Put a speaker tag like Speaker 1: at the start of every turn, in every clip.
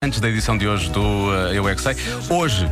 Speaker 1: antes da edição de hoje do eh, Eu é que Sei. Hoje,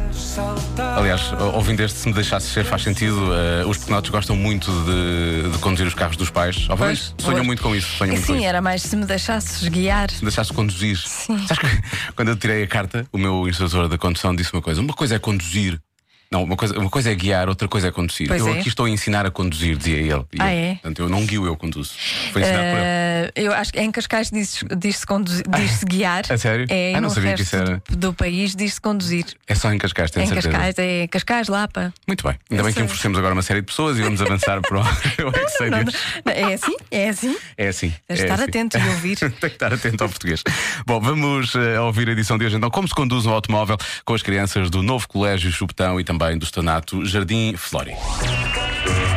Speaker 1: aliás, o- ouvindo este, se me deixasse ser, faz sentido. eh, os pequenotes gostam muito de, de conduzir os carros dos pais. Obviamente,
Speaker 2: Pois,
Speaker 1: sonham
Speaker 2: pois.
Speaker 1: muito com isso. Sonham muito com
Speaker 2: Sim, é.
Speaker 1: isso.
Speaker 2: era mais se me deixasses guiar.
Speaker 1: Se me deixasse conduzir. Sabes que quando eu tirei a carta, o meu instrutor da condução disse uma coisa: uma coisa é conduzir. Não, uma coisa, uma coisa é guiar, outra coisa é conduzir.
Speaker 2: Pois
Speaker 1: eu
Speaker 2: é.
Speaker 1: aqui estou a ensinar a conduzir, dizia ele. E
Speaker 2: Ah,
Speaker 1: eu,
Speaker 2: é?
Speaker 1: Portanto, eu não guio, eu conduzo. Foi ensinado é por ele.
Speaker 2: Eh, eu acho que em Cascais diz- diz-se conduzi- diz-se guiar.
Speaker 1: a sério?
Speaker 2: É,
Speaker 1: Ah,
Speaker 2: e
Speaker 1: não
Speaker 2: no
Speaker 1: sabia que
Speaker 2: resto
Speaker 1: isso era-
Speaker 2: do, do país diz-se conduzir.
Speaker 1: É só em Cascais, tenho
Speaker 2: em
Speaker 1: certeza.
Speaker 2: Cascais, é Cascais, Lapa.
Speaker 1: Muito bem. Ainda
Speaker 2: Eu
Speaker 1: bem que
Speaker 2: sei.
Speaker 1: enforcemos agora uma série de pessoas e vamos avançar para o. Eu é que sei
Speaker 2: Não,
Speaker 1: disso.
Speaker 2: não, é assim, é assim.
Speaker 1: É assim.
Speaker 2: Tens de
Speaker 1: é
Speaker 2: estar
Speaker 1: assim.
Speaker 2: atento e ouvir.
Speaker 1: Tem que estar atento ao português. Bom, vamos eh, ouvir a edição de hoje então. Como se conduz um automóvel com as crianças do novo Colégio Chupetão e também do Estanato Jardim Flori.
Speaker 3: Eu é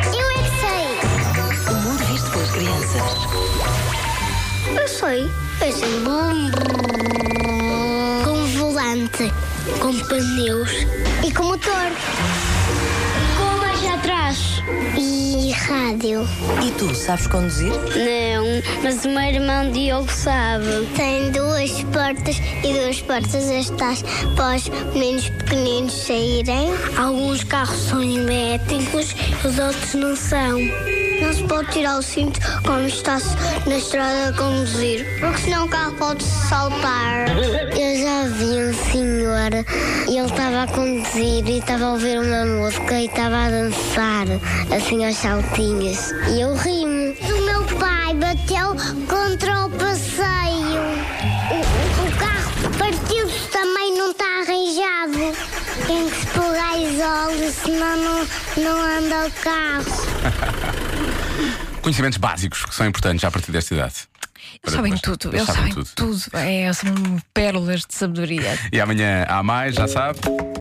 Speaker 3: que sei.
Speaker 4: O mundo visto pelas crianças.
Speaker 3: Eu sei. Eu sei. Brum, brum. Com volante, com pneus e com motor. Com marcha atrás. E rádio.
Speaker 4: E tu sabes conduzir?
Speaker 3: Não, mas o meu irmão Diogo sabe. Tem duas portas e duas portas estas para os meninos pequeninos saírem. Alguns carros são herméticos, os outros não são. Não se pode tirar o cinto quando está-se na estrada a conduzir, porque senão o carro pode saltar. Eu já vi um senhor, ele estava a conduzir e estava a ouvir uma música e estava a dançar, assim aos saltinhos. E eu ri-me. O meu pai bateu contra o passeio. O, o carro partiu-se também, não está arranjado. Tem que se pegar isola, senão não, não anda o carro.
Speaker 1: Conhecimentos básicos que são importantes já a partir desta idade.
Speaker 2: Eles
Speaker 1: Para
Speaker 2: sabem
Speaker 1: depois.
Speaker 2: tudo,
Speaker 1: Eles
Speaker 2: eles
Speaker 1: sabem
Speaker 2: sabem tudo. É, são pérolas de sabedoria.
Speaker 1: E amanhã há mais, já sabe.